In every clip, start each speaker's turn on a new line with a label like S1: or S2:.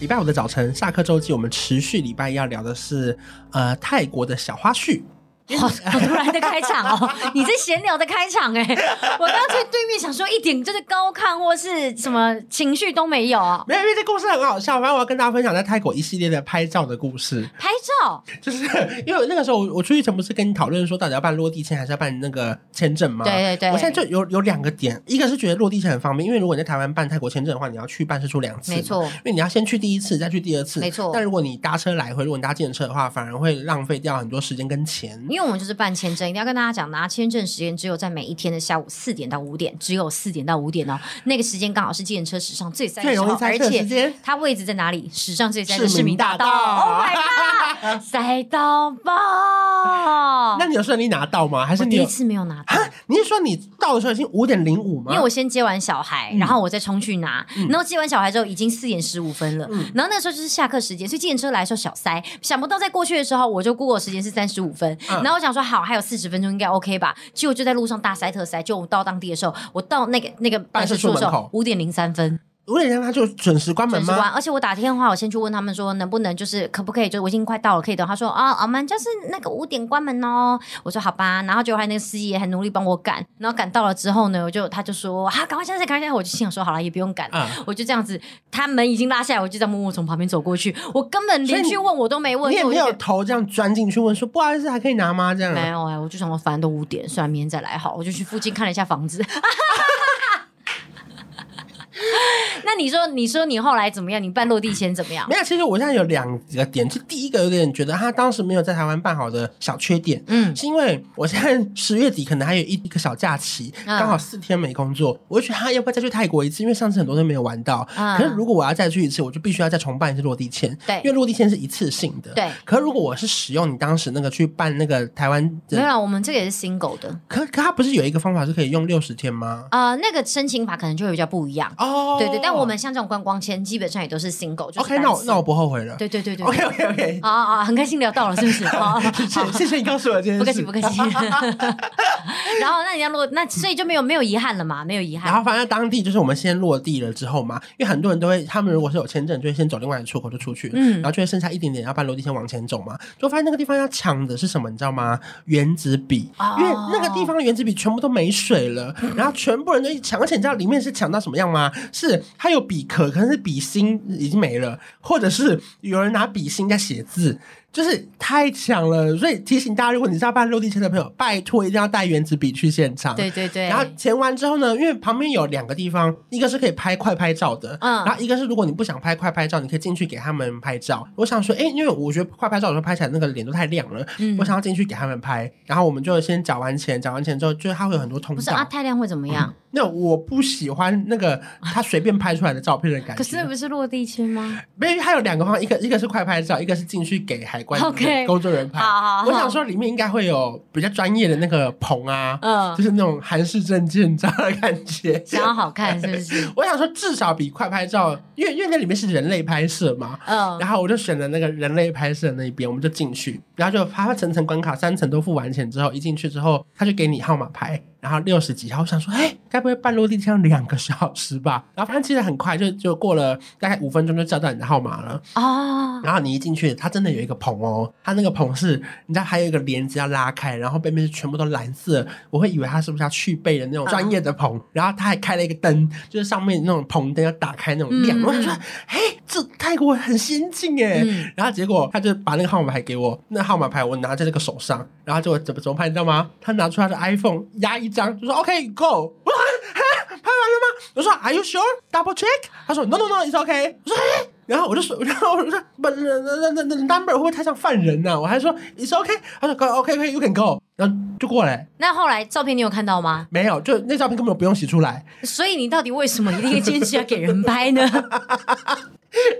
S1: 礼拜五的早晨，下课周记，我们持续礼拜一要聊的是呃泰国的小花絮。
S2: 好好突然的开 场哦，你这闲聊的开场哎、我刚刚去对面想说一点就是高亢或是什么情绪都没有啊，
S1: 没有，因为这故事很好笑，反正我要跟大家分享在泰国一系列的拍照的故事。
S2: 拍照
S1: 就是 因为那个时候我我出去前不是跟你讨论说到底要办落地签还是要办那个签证吗？
S2: 对对对
S1: 我现在就有有两个点，一个是觉得落地签很方便，因为如果你在台湾办泰国签证的话，你要去办事处两次，
S2: 没错
S1: 因为你要先去第一次，再去第二次，
S2: 没错
S1: 但如果你搭车来回，如果你搭电车的话，反而会浪费掉很多时间跟钱。
S2: 因为我们就是办签证，一定要跟大家讲，拿签证时间只有在每一天的下午四点到五点，只有四点到五点哦。那个时间刚好是计程车史上最塞
S1: 最
S2: 的时
S1: 容易
S2: 候，
S1: 塞
S2: 而
S1: 车的时
S2: 且
S1: 间
S2: 它位置在哪里？史上最塞的
S1: 市
S2: 市
S1: 民
S2: 民
S1: 大
S2: 大道
S1: 道
S2: ，Oh my god，塞到爆！
S1: 那你有顺利拿到吗？还是
S2: 我
S1: 你
S2: 第
S1: 有
S2: 一次没有拿到。
S1: 啊？你是说你到的时候已经五点零五吗？嗯
S2: 因为我先接完小孩，然后我再冲去拿，然后接完小孩之后已经四点十五分了，
S1: 嗯
S2: 然后那个时候就是下课时间，所以计程车来的时候小塞，想不到在过去的时候我就 Google 时间是三十五分，
S1: 嗯
S2: 然后我想说好还有四十分钟应该 OK 吧，结果就在路上大塞特塞，就我到当地的时候，我到那个那个办事处的时
S1: 办事处门
S2: 候
S1: 口
S2: 五点零三分，
S1: 五点零他就准时关门
S2: 准时关，
S1: 吗？
S2: 而且我打电话我先去问他们说能不能就是可不可以，就我已经快到了可以等，他说啊我们就是那个五点关门哦，我说好吧，然后结果还那个司机也很努力帮我赶，然后赶到了之后呢，我就他就说啊，赶快下车，赶快下车，我就心想说好了，也不用赶了，
S1: 啊
S2: 我就这样子，他门已经拉下来，我就这样默默从旁边走过去，我根本
S1: 所以
S2: 连
S1: 你
S2: 去问我都没问，
S1: 你也
S2: 所
S1: 没
S2: 以我
S1: 有嗯
S2: 就觉得
S1: 头这样钻进去问说不好意思还可以拿吗？这样
S2: 没有哎、我就想说反正都五点，算了，明天再来好，我就去附近看了一下房子。 那你说，你说你后来怎么样？你办落地签怎么样？
S1: 没有，其实我现在有两个点，就第一个有点觉得他当时没有在台湾办好的小缺点，
S2: 嗯，
S1: 是因为我现在十月底可能还有一一个小假期，
S2: 嗯
S1: 刚好四天没工作，我就觉得啊他要不要再去泰国一次？因为上次很多都没有玩到，
S2: 嗯
S1: 可是如果我要再去一次，我就必须要再重办一次落地签，
S2: 对
S1: 因为落地签是一次性的，
S2: 对
S1: 可如果我是使用你当时那个去办那个台湾
S2: 没有
S1: 的，
S2: 啦，我们这个也是 single 的，
S1: 可可他不是有一个方法是可以用六十天吗？
S2: 呃，那个申请法可能就会比较不一样。
S1: 哦，
S2: 对对，但我们像这种观光签，基本上也都是 single，就是
S1: OK，那我
S2: 单次
S1: 那我不后悔了。
S2: 对对对对
S1: OK
S2: 对
S1: OK OK，
S2: 啊啊，啊很开心聊到了，是 不是？好，好好
S1: 谢谢谢你告诉我这件事，
S2: 不客气不客气。然后那你要落那，所以就没有没有遗憾了嘛，没有遗
S1: 然
S2: 憾。
S1: 后反正当地就是我们先落地了之后嘛，因为很多人都会，他们如果是有签证，就会先走另外的出口就出去，
S2: 嗯
S1: 然后就会剩下一点点要办落地先往前走嘛，就发现那个地方要抢的是什么，你知道吗？原子笔，
S2: 哦嗯
S1: 因为那个地方的原子笔全部都没水了，然后全部人都一抢，而且你知道里面是抢到什么样吗？是它有笔壳，可能是笔芯已经没了，或者是有人拿笔芯在写字。就是太强了，所以提醒大家，如果你是要办落地签的朋友，拜托一定要带原子笔去现场。
S2: 对对对，
S1: 然后填完之后呢，因为旁边有两个地方，一个是可以拍快拍照的，
S2: 嗯
S1: 然后一个是如果你不想拍快拍照，你可以进去给他们拍照。我想说，哎，因为我觉得快拍照有时候拍起来那个脸都太亮了，
S2: 嗯
S1: 我想要进去给他们拍。然后我们就先缴完钱，缴完钱之后，就是他会有很多通
S2: 不是
S1: 道。
S2: 啊，太亮会怎么样？
S1: 那我不喜欢那个他随便拍出来的照片的嗯感觉。
S2: 可是那不是落地签吗？
S1: 没有，它有两个方法，一个一个是快拍照，一个是进去给海关
S2: OK
S1: 工作人员拍。
S2: 好好好
S1: 哎我想说里面应该会有比较专业的那个棚啊，
S2: 嗯
S1: 就是那种韩式证件照的感觉。
S2: 想要好看是不是？
S1: 我想说，至少比快拍照，因为因为那里面是人类拍摄嘛。
S2: 嗯
S1: 然后我就选了那个人类拍摄那一边，我们就进去，然后就他层层关卡，三层都付完钱之后，一进去之后，他就给你号码牌，然后六十几号，我想说，哎，该不会半落地这样两个小时吧？然后反正其实很快，就就过了大概五分钟就叫到你的号码了。
S2: 啊，
S1: 然后你一进去，它真的有一个棚哦，它那个棚是，你知道还有一个帘子要拉开，然后背面是全部都蓝色，我会以为它是不是要去背的那种专业的棚，然后它还开了一个灯，就是上面那种棚灯要打开那种亮，
S2: 嗯
S1: 我想说，嘿，这泰国很先进哎，
S2: 嗯
S1: 然后结果他就把那个号码牌给我，那号码牌我拿在这个手上，然后结果怎么怎么拍你知道吗？他拿出他的 iPhone 压一张，就说 OK go，我说哈拍完了吗？我说 Are you sure? Double check？他说 No no no，it's OK。我说哎。然后我就说， 然后我就说，不，那那那那 number 会不会太像犯人呐、我还说 it's OK，他说 OK OK，you、can go。然后就过来，
S2: 那后来照片你有看到吗？
S1: 没有，就那照片根本不用洗出来，
S2: 所以你到底为什么一定坚持要给人拍呢？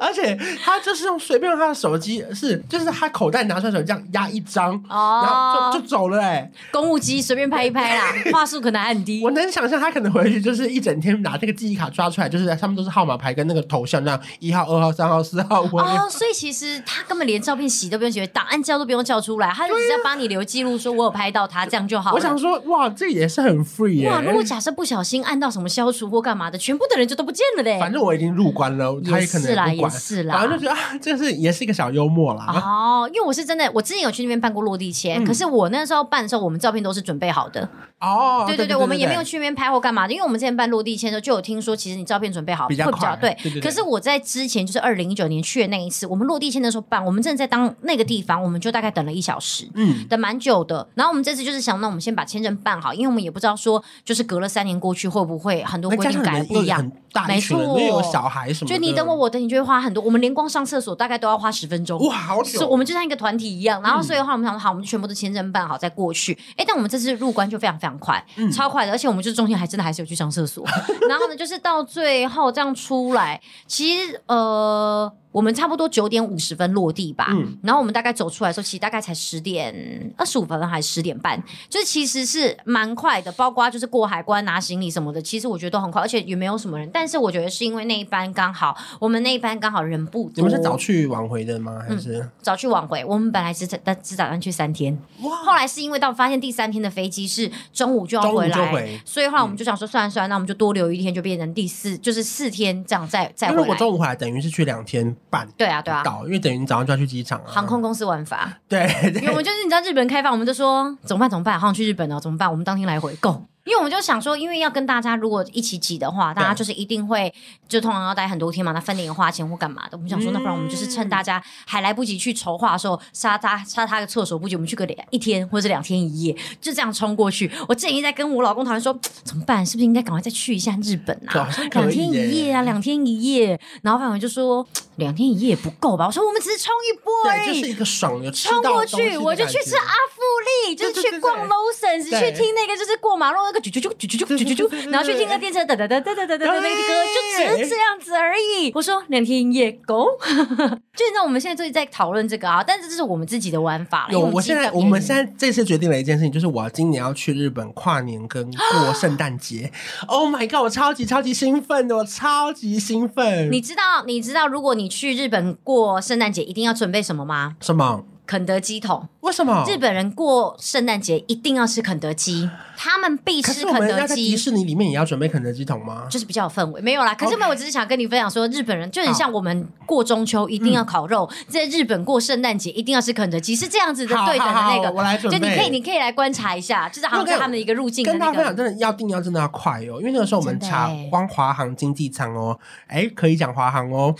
S1: 而且他就是用随便用他的手机，是就是他口袋拿出来手机这样压一张，然后
S2: 哦
S1: 就，就走了哎、
S2: 公务机随便拍一 拍啦，话术可能很低
S1: 我。能想象他可能回去 就是一整天拿那个记忆卡抓出来，就是上面都是号码牌跟那个头像那样，一号、二号、三号、四号、五号。
S2: 哦，所以其实他根本连照片洗都不用洗，档案叫都不用叫出来，他就只要帮你留记录，说我有拍到他，这样就好了。
S1: 我想说，哇，这也是很 free 耶、
S2: 哇，如果假设不小心按到什么消除或干嘛的，全部的人就都不见了嘞。
S1: 反正我已经入关了，他
S2: 也
S1: 也可能
S2: 是啦，
S1: 不
S2: 也
S1: 管。
S2: 是
S1: 然后
S2: 啦
S1: 就。觉得啊，这是也是一个小幽默啦。
S2: 哦，因为我是真的，我之前有去那边办过落地签，
S1: 嗯
S2: 可是我那时候办的时候，我们照片都是准备好的。
S1: 哦，
S2: 对
S1: 对
S2: 对，我们也没有去那边拍或干嘛的，因为我们之前办落地签的时候就有听说，其实你照片准备好
S1: 比较
S2: 会比较
S1: 快
S2: 对
S1: 对对对
S2: 可是我在之前就是二零一九年去的那一次，我们落地签的时候办，我们正在当那个地方，我们就大概等了一小时。
S1: 嗯，
S2: 等蛮久的。然后我们这次就是想，那我们先把签证办好，因为我们也不知道说，就是隔了三年过去会不会很多
S1: 那
S2: 规
S1: 加
S2: 定
S1: 上
S2: 改得
S1: 你们
S2: 不一
S1: 又
S2: 样
S1: 很。大一群人，
S2: 没错
S1: 又有小孩什么的，
S2: 就你等我，我等你，就会花很多。我们连光上厕所大概都要花十分钟。
S1: 哇，好
S2: 是
S1: 久，
S2: 我们就像一个团体一样，然后
S1: 嗯
S2: 所以的话，我们想说好，我们就全部都签证办好再过去。哎，但我们这次入关就非常非常快，
S1: 嗯
S2: 超快的，而且我们就中间还真的还是有去上 厕所。然后呢，就是到最后这样出来，其实呃，我们差不多九点五十分落地吧，
S1: 嗯
S2: 然后我们大概走出来的时候，其实大概才十点二十五分还是十点半，就是其实是蛮快的，包括就是过海关拿行李什么的，其实我觉得都很快，而且也没有什么人。但是我觉得是因为那一班刚好，我们那一班刚好人不多，
S1: 你们是早去晚回的
S2: 嗯
S1: 吗？还是
S2: 早去晚回。我们本来只打只打算去三天，
S1: 哇
S2: 后来是因为到发现第三天的飞机是中午就要
S1: 中午
S2: 回
S1: 就
S2: 来，
S1: 回？嗯
S2: 所以后来我们就想说，算了算了，那我们就多留一天，就变成第四，就是四天这样再再
S1: 因为
S2: 回
S1: 我
S2: 来。
S1: 中午回来，等于是去两天半
S2: 对啊对啊，
S1: 到，因为等于你早上就要去机场啊。
S2: 航空公司玩法，
S1: 对
S2: 因为
S1: 对
S2: 我们就是你知道日本开放，我们就说怎么办怎么办，好想去日本哦，怎么办？我们当天来回够。因为我们就想说，因为要跟大家如果一起挤的话，大家就是一定会就通常要待很多天嘛，那饭店也花钱或干嘛的。我们想说，那不然我们就是趁大家还来不及去筹划的时候，杀他杀他个措手不及，我们去个两一天或者两天一夜，就这样冲过去。我建议在跟我老公讨论说，怎么办？是不是应该赶快再去一下日本啊？
S1: 对好像可以
S2: 两天
S1: 耶
S2: 一夜啊，两天一夜。然后范伟就说两天一夜也不够吧？我说我们只是冲一波而
S1: 对，
S2: 已，
S1: 就是一个爽，有吃
S2: 冲
S1: 到
S2: 过
S1: 东西
S2: 去，
S1: 的
S2: 我就
S1: 感
S2: 去
S1: 觉
S2: 吃啊阿芙丽，就
S1: 对对
S2: 是去
S1: 对
S2: 逛
S1: 对
S2: Lowsons，
S1: 对
S2: 去听那个就是过马路那个啾啾啾啾啾啾
S1: 对对
S2: 啾
S1: 对对对
S2: 啾，然后去听个电车哒哒哒哒哒哒哒哒那个歌，就只是这样子而已。我说两天一夜够， 就你知道我们现在最近在讨论这个啊，但是这是我们自己的玩法了。
S1: 有，我
S2: 因为们自己
S1: 现在
S2: 在嗯
S1: 我们现在这次决定了一件事情，就是我今年要去日本跨年跟过圣诞节。oh my god！我超级超级兴奋的，我超级兴奋。
S2: 你知道你知道如果你去日本过圣诞节一定要准备什么吗？
S1: 什么？
S2: 肯德基桶，
S1: 为什么？
S2: 日本人过圣诞节一定要吃肯德基，他们必
S1: 可
S2: 吃
S1: 是我
S2: 肯
S1: 们
S2: 德
S1: 要在
S2: 基
S1: 迪。士尼里面也要准备肯德基桶吗？
S2: 就是比较有氛围，没有啦。可是
S1: OK
S2: 没有，我只是想跟你分享说，日本人就很像我们过中秋一
S1: 嗯
S2: 定要烤肉，在日本过圣诞节一定要吃肯德基，是这样子的
S1: 好
S2: 对等的那
S1: 好好
S2: 个。
S1: 我来准
S2: 就
S1: 备。
S2: 你可以，你可以来观察一下，就是好像是他们的一个入境的
S1: 跟
S2: 那
S1: 大家分享，
S2: 个。
S1: 真的要订要真的要快哦，因为那个时候我们
S2: 真的
S1: 查
S2: 欸
S1: 光华航经济舱哦，哎，可以讲华航 哦，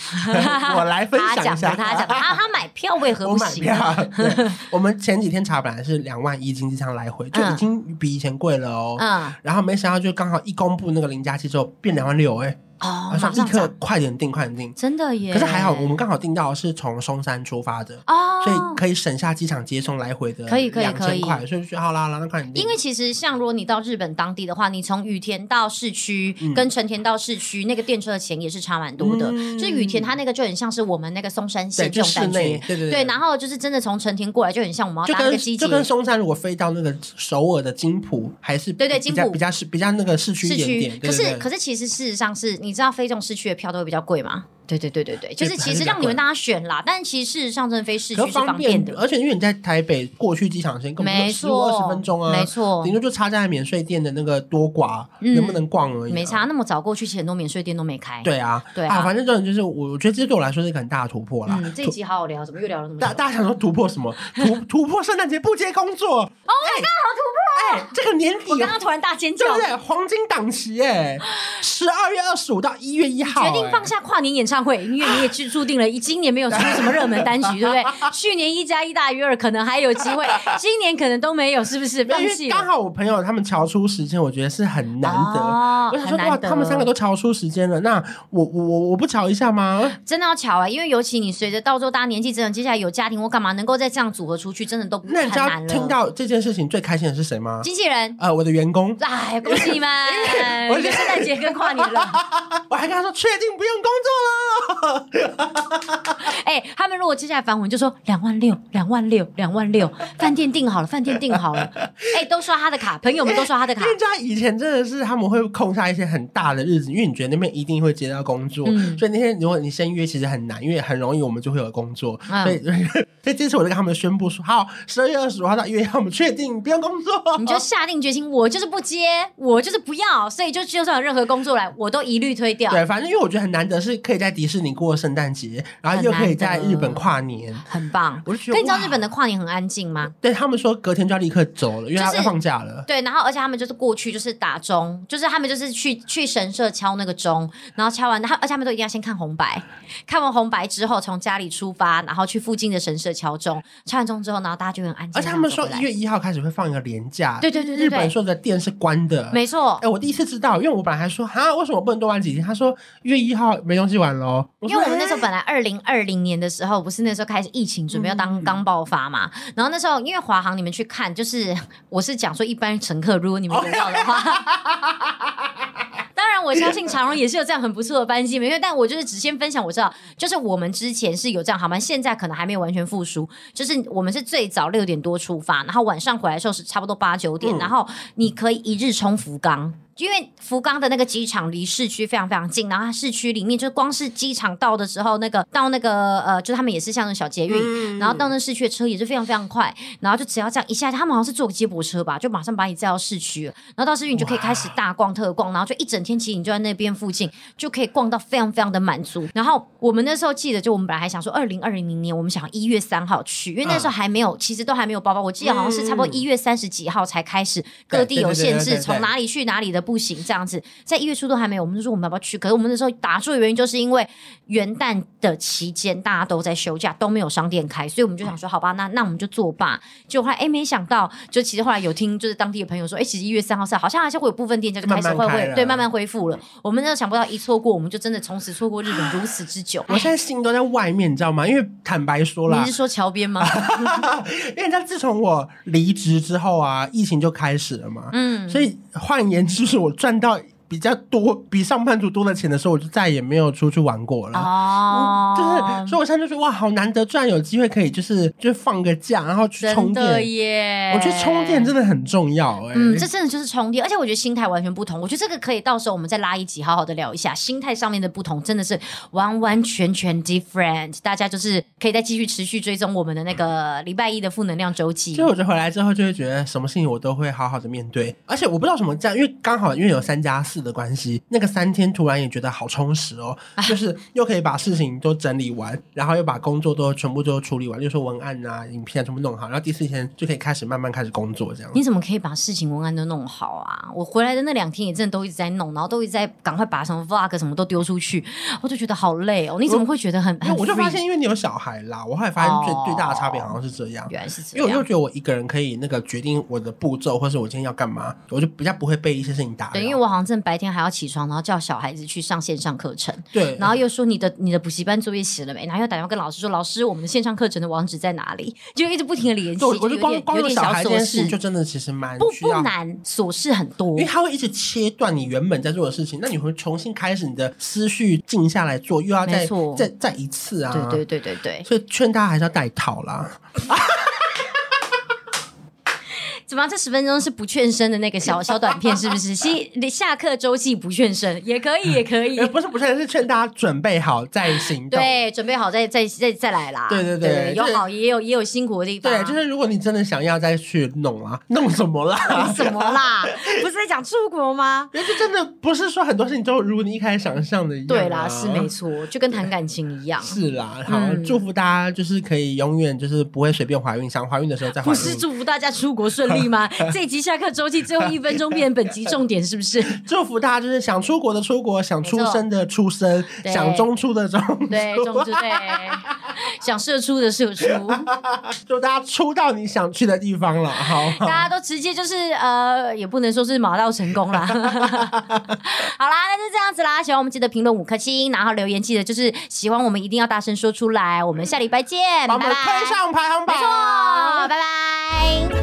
S1: 我来分
S2: 他
S1: 享
S2: 讲
S1: 一
S2: 的，
S1: 下。
S2: 他讲的，啊他他买票为何
S1: 我
S2: 不
S1: 买
S2: 行？啊
S1: 票， 对我们前几天查本来是两万一经济舱来回，就已经比以前贵了哦。
S2: 嗯，
S1: 然后没想到就刚好一公布那个零加七之后变两万六，哎，
S2: 哦
S1: 好，
S2: 马
S1: 像立
S2: 上
S1: 刻
S2: 涨，
S1: 快点订，快点订。
S2: 真的耶。
S1: 可是还好，我们刚好订到的是从松山出发的，
S2: 哦，
S1: 所以可以省下机场接送来回的
S2: 可以可以
S1: 两
S2: 可
S1: 千
S2: 以
S1: 块，所以就觉得好啦，好啦，那快点订。
S2: 因为其实像如果你到日本当地的话，你从羽田到市区
S1: 嗯
S2: 跟成田到市区，那个电车的钱也是差蛮多的。
S1: 嗯
S2: 就羽田它那个就很像是我们那个松山
S1: 对，
S2: 线这
S1: 就
S2: 种
S1: 室
S2: 感
S1: 内，
S2: 觉。
S1: 对对
S2: 对，然后就是真的从成田过来就很像我们
S1: 就
S2: 要搭那
S1: 跟
S2: 个机
S1: 就
S2: 捷
S1: 跟松山如果飞到那个首尔的金浦，还是
S2: 对对
S1: 比
S2: 金
S1: 较
S2: 浦
S1: 比较市比较那个市区一
S2: 市
S1: 点
S2: 区
S1: 点。。
S2: 可
S1: 对
S2: 是
S1: 对
S2: 可是其实事实上是你知道非这种市区的票都会比较贵嘛？对对对对对，就是
S1: 还
S2: 其
S1: 是
S2: 实
S1: 比较
S2: 让你们
S1: 贵
S2: 大家选啦，但其实事实上真的飞市
S1: 可
S2: 区
S1: 是
S2: 是
S1: 方
S2: 方便
S1: 的，
S2: 的。
S1: 而且因为你在台北过去机场时间根本
S2: 没
S1: 就十五二
S2: 错，
S1: 十分钟啊，
S2: 没错
S1: 顶，多就差在免税店的那个多寡、
S2: 嗯
S1: 能不能逛而已、啊
S2: 没差。。那么早过去，其实很多免税店都没开。，
S1: 对啊，
S2: 对啊
S1: 反正这种就是我，我觉得这对我来说是一个很大的突破啦。
S2: 嗯，这一集好好聊，怎么又聊了那么
S1: 大
S2: 久？
S1: 大家想说突破什么？突突破圣诞节不接工作？Oh my god，好突破！哎，这个年底
S2: 哦我刚刚突然大尖叫
S1: 对，不对？黄金档期哎，十二月二十五到一月一号，
S2: 决定放
S1: 哎。
S2: 下跨年演唱会，因为你也注注定了，今年没有出什么热门单曲，对 不对？去年一加一大于二，可能还有机会，今年可能都没有，是不是？
S1: 没有
S2: 放
S1: 因
S2: 弃
S1: 为刚
S2: 了。
S1: 好我朋友他们瞧出时间，我觉得是很难得。
S2: 哦
S1: 我想说，
S2: 很难
S1: 哇，
S2: 得
S1: 他们三个都瞧出时间了，那我我我我不瞧一下吗？
S2: 真的要巧啊、因为尤其你随着到时候大家年纪增长，接下来有家庭或干嘛，能够再这样组合出去，真的都很
S1: 那你知道
S2: 难了。
S1: 听到这件事情最开心的是谁吗？
S2: 经纪人，
S1: 呃，我的员工，
S2: 哎，恭喜你们
S1: 我，
S2: 圣诞节跟跨年 了。
S1: 我还跟他说确定不用工作了。
S2: 哎、他们如果接下来反悔，就说两万六，两万六，两万六，饭店订好了，饭店订好了。哎、都刷他的卡，朋友们都刷他的卡
S1: 因。为他以前真的是他们会空下一些很大的日子，因为你觉得那边一定会接到工作，
S2: 嗯
S1: 所以那天如果你先约，其实很难，因为很容易我们就会有工作。
S2: 嗯
S1: 所以 所以这次我就跟他们宣布说，好，十二月二十五号到一月一号，我们确定不用工作。
S2: 你就下定决心，我就是不接，我就是不要，所以就就算有任何工作来，我都一律推掉。
S1: 对，反正因为我觉得很难得是可以在迪士尼过圣诞节，然后
S2: 很
S1: 又可以
S2: 难得
S1: 在日本跨年。
S2: 很棒。
S1: 我就觉
S2: 可
S1: 得，
S2: 你知道
S1: 哇
S2: 日本的跨年很安静吗？
S1: 对他们说隔天就要立刻走了，因为他
S2: 就是
S1: 要放假了。
S2: 对，然后而且他们就是过去就是打钟，就是他们就是去去神社敲那个钟，然后敲完，他而且他们都一定要先看红白，看完红白之后从家里出发，然后去附近的神社敲钟，敲完钟之后，然后大家就很安静。
S1: 而且他们说
S2: 然后走
S1: 一
S2: 回来
S1: 月一号开始会放一个年假，
S2: 对对对对
S1: 日本
S2: 对
S1: 所有的店是关的，
S2: 没错
S1: 哎、，我第一次知道，因为我本来还说哈，为什么不能多玩几天？他说一月一号没东西玩喽。
S2: 因为我们那时
S1: 候
S2: 候本来二零二零年的时候，不是那时候开始疫情准备要当刚爆发嘛，然后那时候因为华航你们去看，就是 我是讲说一般乘客，如果你们有到的话。当然，我相信长荣也是有这样很不错的班机，因为但我就是只先分享，我知道，就是我们之前是有这样航班，现在可能还没有完全复苏。就是我们是最早六点多出发，然后晚上回来的时候是差不多八九点，
S1: 嗯
S2: 然后你可以一日冲福冈。因为福冈的那个机场离市区非常非常近，然后它市区里面就光是机场到的时候，那个到那个呃，就他们也是像那种小捷运，
S1: 嗯
S2: 然后到那市区的车也是非常非常快，然后就只要这样一下，他们好像是坐个接驳车吧，就马上把你载到市区了，然后到市区你就可以开始大逛特逛，然后就一整天，其实你就在那边附近就可以逛到非常非常的满足。然后我们那时候记得，就我们本来还想说，二零二零年我们想一月三号去，因为那时候还没有，其实都还没有包包，我记得好像是差不多一月三十几号才开始各地有
S1: 对对
S2: 限
S1: 对对
S2: 制，
S1: 对
S2: 从哪里去哪里的不行这样子，在一月初都还没有，我们就说我们要不要去？可是我们那时候打住的原因，就是因为元旦的期间大家都在休假，都没有商店开，所以我们就想说，好吧，那那我们就作罢。就后来哎，没想到，就其实后来有听就是当地的朋友说，哎，其实一月三号是好像还是会有部分店家就开始
S1: 慢
S2: 会
S1: 慢
S2: 会
S1: 开了
S2: 对慢慢恢复了。我们那时候想不到一错过，我们就真的从此错过日本如此之久。哎
S1: 我现在心都在外面，你知道吗？因为坦白说啦
S2: 你是，说桥边吗？
S1: 因为你知道自从我离职之后啊，疫情就开始了嘛，
S2: 嗯，
S1: 所以换言之，就是我赚到比较多、比上班族多的钱的时候，我就再也没有出去玩过了。
S2: 哦，
S1: 啊就是，所以我现在就觉得哇，好难得，居然有机会可以就是就放个假，然后去充
S2: 真
S1: 电。
S2: 的耶，
S1: 我觉得充电真的很重要、哎、
S2: 嗯，这真的就是充电，而且我觉得心态完全不同。我觉得这个可以到时候我们再拉一集，好好的聊一下心态上面的不同，真的是完完全全 different。大家就是可以再继续持续追踪我们的那个礼拜一的负能量周记
S1: 所以。我就回来之后就会觉得什么事情我都会好好的面对，而且我不知道什么这样，因为刚好因为有三加四的关系，那个三天突然也觉得好充实哦，
S2: 啊
S1: 就是又可以把事情都整理完，然后又把工作都全部都处理完，例如说文案啊、影片啊全部弄好，然后第四天就可以开始慢慢开始工作这样。
S2: 你怎么可以把事情文案都弄好啊？我回来的那两天也真的都一直在弄，然后都一直在赶快把什么 vlog 什么都丢出去，我就觉得好累哦。你怎么会觉得很
S1: 因
S2: 很
S1: 为我就发
S2: free？
S1: 现，因为你有小孩啦，我后来发现最、
S2: 哦
S1: 最大的差别好像是这样。
S2: 原来是这
S1: 因为我就
S2: 样。
S1: 觉得我一个人可以那个决定我的步骤，或是我今天要干嘛，我就比较不会被一些事情打扰。
S2: 对，因为我好像真的白天还要起床，然后叫小孩子去上线上课程，
S1: 对，
S2: 然后又说你的你的补习班作业写了没？然后又打电话跟老师说，老师，我们的线上课程的网址在哪里？就一直不停的联系，
S1: 对，我
S2: 就
S1: 我
S2: 有
S1: 就光
S2: 点
S1: 光
S2: 有
S1: 有
S2: 点
S1: 小孩这
S2: 琐
S1: 件事情，就
S2: 事，
S1: 真的其实蛮
S2: 不
S1: 需
S2: 不
S1: 要，
S2: 难，琐事很多
S1: 因为。他会一直切断你原本在做的事情，那你会重新开始你的思绪静下来做，又要再
S2: 没错
S1: 再再一次啊。
S2: 对对对对对，
S1: 所以劝大家还是要带套啦。
S2: 怎么样这十分钟是不劝生的那个小小短片，是不是？ 西下课周记不劝生也可以，也可 以
S1: 也。呃不是不是，是劝大家准备好再行动。
S2: 对，准备好再再再再来啦。
S1: 对对对就
S2: 有
S1: 是
S2: 好也有也有辛苦的地方。
S1: 对，就是如果你真的想要再去弄啊，弄什么啦？
S2: 什么啦？不是在讲出国 吗？
S1: 因为这真的不是说很多事情都如你一开始想象的一样、啊
S2: 对啦，是没。错，就跟谈感情一样。
S1: 是啦，好，
S2: 嗯
S1: 祝福大家就是可以永远就是不会随便怀孕，想怀孕的时候再怀
S2: 不
S1: 孕。
S2: 是祝福大家出国顺利以 吗？这一集下课周记最后一分钟变本集重点，是不是？
S1: 祝福大家就是想出国的出国，想出生的出生，
S2: 对
S1: 想中出的中出。
S2: 对，总 之对， 想射出的射出，
S1: 祝大家出到你想去的地方了，好不好？
S2: 大家都直接就是呃，也不能说是马到成功 啦。好啦，那就这样子啦。喜欢我们记得评论五颗星，然后留言记得就是喜欢我们一定要大声说出来。我们下礼拜见，
S1: 把
S2: 拜
S1: 我们
S2: 拜。
S1: 推上排行
S2: 没
S1: 榜。
S2: 错，拜拜。